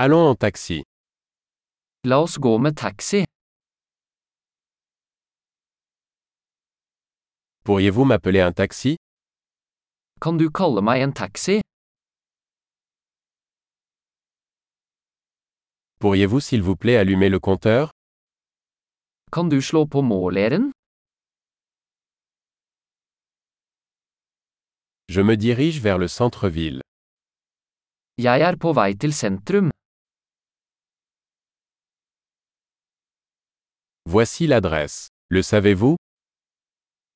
Allons en taxi. La oss gå med taxi. Pourriez-vous m'appeler un taxi Kan du kalle meg en taxi? Pourriez-vous s'il vous plaît allumer le compteur Kan du slå på måleren? Je me dirige vers le centre-ville. Jeg er på vei til sentrum. Voici l'adresse. Le savez-vous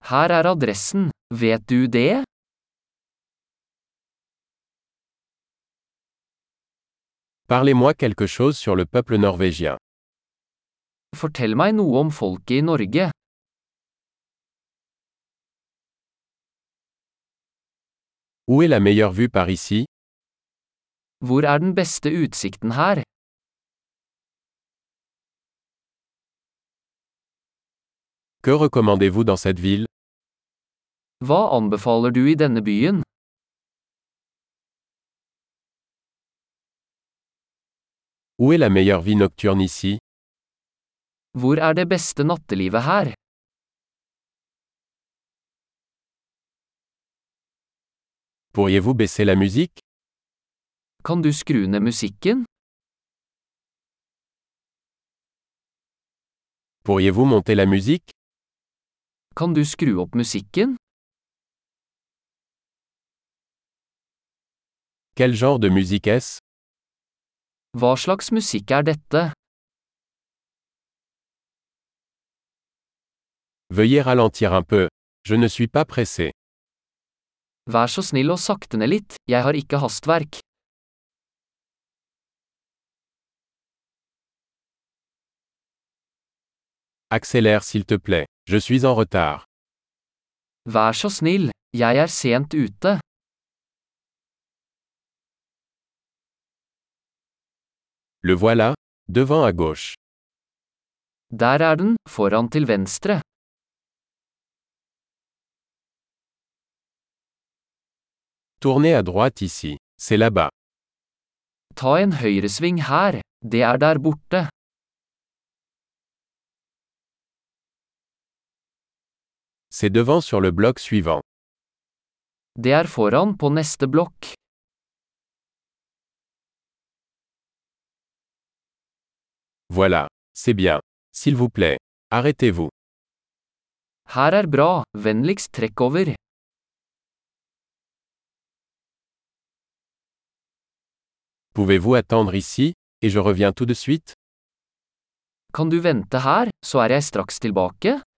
Her er adressen. Vet du det? Parlez-moi quelque chose sur le peuple norvégien. Fortell meg noe om folket i Norge. Où est la meilleure vue par ici Hvor er den beste utsikten her? Que recommandez-vous dans cette ville Hva anbefaler du i denne byen? Où est la meilleure vie nocturne ici Hvor er det beste nattelivet her? Pourriez-vous baisser la musique Kan du skru ned musikken? Pourriez-vous monter la musique Kan du skru opp musikken? Quel genre de musique est-ce Hva slags musikk er dette? Veuillez ralentir un peu. Je ne suis pas pressé. Vær så snill å sakte ned litt, jeg har ikke hastverk. Accélère s'il te plaît. Je suis en retard. Vær så snill, jeg er sent ute. Le voilà, devant à gauche. Der er den, foran til venstre. Tournez à droite ici. C'est là-bas. Ta en høyresving her, det er der borte. C'est devant sur le bloc suivant. Det er foran på neste blokk. Voilà. C'est bien. S'il vous plaît. Arrêtez-vous. Her er bra, vennligst trekk over. Pouvez-vous attendre ici, et je reviens tout de suite Kan du vente her, så er jeg straks tilbake?